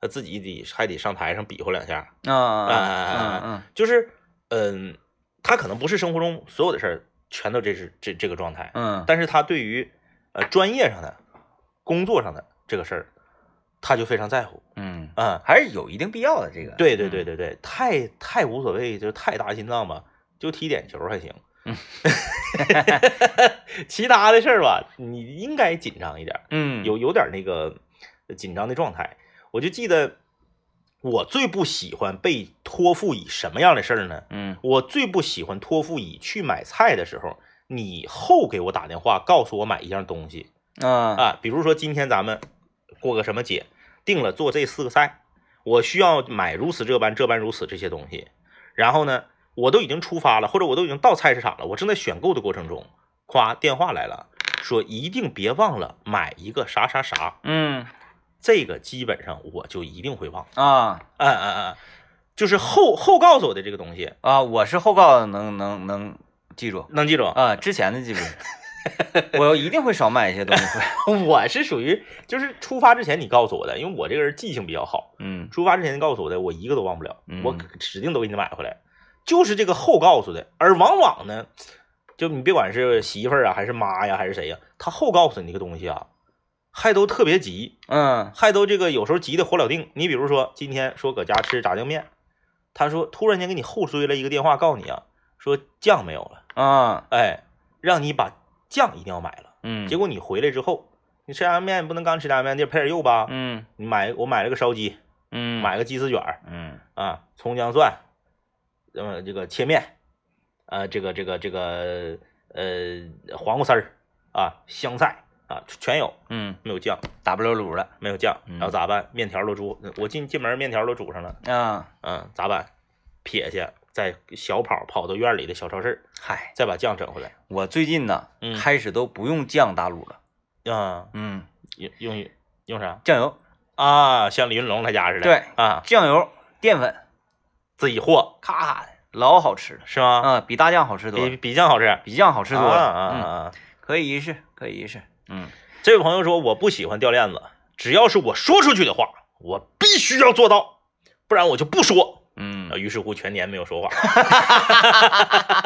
Speaker 1: 他自己得还得上台上比划两下，
Speaker 2: 啊啊
Speaker 1: 哎哎哎
Speaker 2: 啊嗯
Speaker 1: 就是嗯、他可能不是生活中所有的事儿全都这是这这个状态，
Speaker 2: 嗯
Speaker 1: 但是他对于呃专业上的、工作上的这个事儿，他就非常在乎。
Speaker 2: 嗯
Speaker 1: 嗯，
Speaker 2: 还是有一定必要的。这个，嗯
Speaker 1: 对对对对对，太太无所谓，就是太大心脏吧，就踢点球还行。
Speaker 2: 嗯
Speaker 1: 其他的事儿吧，你应该紧张一点，
Speaker 2: 嗯，嗯，
Speaker 1: 有有点那个紧张的状态。我就记得我最不喜欢被托付以什么样的事儿呢？
Speaker 2: 嗯，
Speaker 1: 我最不喜欢托付以去买菜的时候，你后给我打电话告诉我买一样东西
Speaker 2: 啊，
Speaker 1: 啊，比如说今天咱们过个什么节，定了做这四个菜，我需要买如此这般这般如此这些东西，然后呢，我都已经出发了，或者我都已经到菜市场了，我正在选购的过程中，夸电话来了，说一定别忘了买一个啥啥啥，
Speaker 2: 嗯
Speaker 1: 这个基本上我就一定会忘，
Speaker 2: 啊
Speaker 1: 嗯嗯嗯，就是后后告诉我的这个东西
Speaker 2: 啊，我是后告能能能记住
Speaker 1: 能记住。
Speaker 2: 啊，之前的记不住，我一定会少买一些东西。
Speaker 1: 我是属于就是出发之前你告诉我的，因为我这个人记性比较好，
Speaker 2: 嗯
Speaker 1: 出发之前你告诉我的，我一个都忘不了
Speaker 2: 嗯，
Speaker 1: 我指定都给你买回来。就是这个后告诉的，而往往呢，就你别管是媳妇儿啊，还是妈呀，还是谁呀，他后告诉你这个东西啊，还都特别急，
Speaker 2: 嗯
Speaker 1: 还都这个有时候急得火了定。你比如说今天说搁家吃炸酱面，他说突然间给你后追了一个电话，告诉你啊，说酱没有了，
Speaker 2: 啊
Speaker 1: 哎，让你把酱一定要买了。
Speaker 2: 嗯
Speaker 1: 结果你回来之后，你吃炸酱面不能刚吃炸酱面，得配点肉吧？
Speaker 2: 嗯
Speaker 1: 你买我买了个烧鸡，
Speaker 2: 嗯
Speaker 1: 买个鸡丝卷儿
Speaker 2: 嗯
Speaker 1: 啊，葱姜蒜，呃，这个切面，呃，这个这个这个呃黄瓜丝儿啊，香菜啊，全有，
Speaker 2: 嗯
Speaker 1: 没有酱，
Speaker 2: 打不了卤了
Speaker 1: 没有酱，
Speaker 2: 嗯
Speaker 1: 然后咋办？面条都煮，我进进门面条都煮上了，
Speaker 2: 啊，
Speaker 1: 嗯，咋办？撇下，再小跑跑到院里的小超市，
Speaker 2: 嗨，
Speaker 1: 再把酱整回来，
Speaker 2: 我最近呢
Speaker 1: 嗯
Speaker 2: 开始都不用酱打卤了，
Speaker 1: 啊，
Speaker 2: 嗯，
Speaker 1: 用用用啥
Speaker 2: 酱油
Speaker 1: 啊？像李云龙他家似的，
Speaker 2: 对
Speaker 1: 啊，
Speaker 2: 酱油淀粉，
Speaker 1: 自己和
Speaker 2: 咔咔的老好吃了，
Speaker 1: 是吗？
Speaker 2: 啊，比大酱好吃多
Speaker 1: 比
Speaker 2: 了，
Speaker 1: 比酱好吃，
Speaker 2: 比酱好吃多
Speaker 1: 啊
Speaker 2: 了，
Speaker 1: 啊啊
Speaker 2: 嗯，
Speaker 1: 啊！
Speaker 2: 可以一试，可以一试，嗯
Speaker 1: 这位朋友说我不喜欢掉链子，只要是我说出去的话，我必须要做到，不然我就不说。
Speaker 2: 嗯
Speaker 1: 啊，于是乎全年没有说话。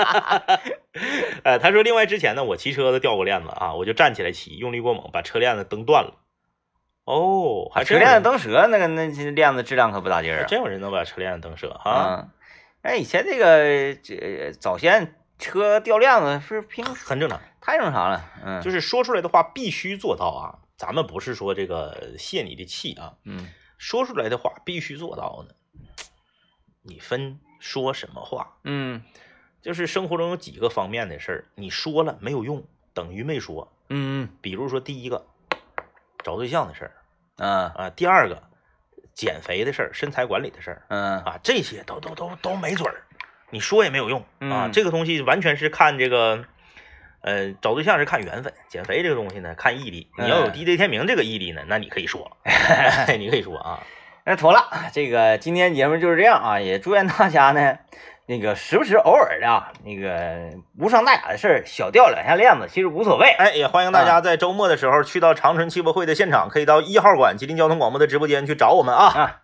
Speaker 1: 呃，他说，另外之前呢，我骑车子掉过链子啊，我就站起来骑，用力过猛，把车链子蹬断了。哦，还
Speaker 2: 车
Speaker 1: 真
Speaker 2: 链子
Speaker 1: 有人
Speaker 2: 蹬折那个那些链子质量可不咋地儿
Speaker 1: 真有人能把车链子蹬折
Speaker 2: 啊
Speaker 1: 哈，
Speaker 2: 啊！哎，以前这个这早先车掉链子是平
Speaker 1: 很正常。
Speaker 2: 太正常了，嗯，
Speaker 1: 就是是说出来的话必须做到啊，咱们不是说这个泄你的气啊，
Speaker 2: 嗯
Speaker 1: 说出来的话必须做到呢。你分说什么话，
Speaker 2: 嗯
Speaker 1: 就是生活中有几个方面的事儿，你说了没有用，等于没说。
Speaker 2: 嗯
Speaker 1: 比如说第一个，找对象的事儿
Speaker 2: 嗯啊
Speaker 1: 啊，第二个，减肥的事儿、身材管理的事儿
Speaker 2: 嗯
Speaker 1: 啊，这些都都都都没准儿，你说也没有用啊。
Speaker 2: 嗯
Speaker 1: 这个东西完全是看这个，呃，找对象是看缘分，减肥这个东西呢看毅力。你要有
Speaker 2: 嗯
Speaker 1: DJ 天明这个毅力呢，那你可以说，你可以说啊，
Speaker 2: 那妥了，这个今天节目就是这样啊，也祝愿大家呢，那个时不时偶尔的啊，那个无伤大雅的事儿，小掉两下链子其实无所谓。
Speaker 1: 哎，也欢迎大家在周末的时候去到长春汽博会的现场，可以到一号馆吉林交通广播的直播间去找我们啊。
Speaker 2: 啊，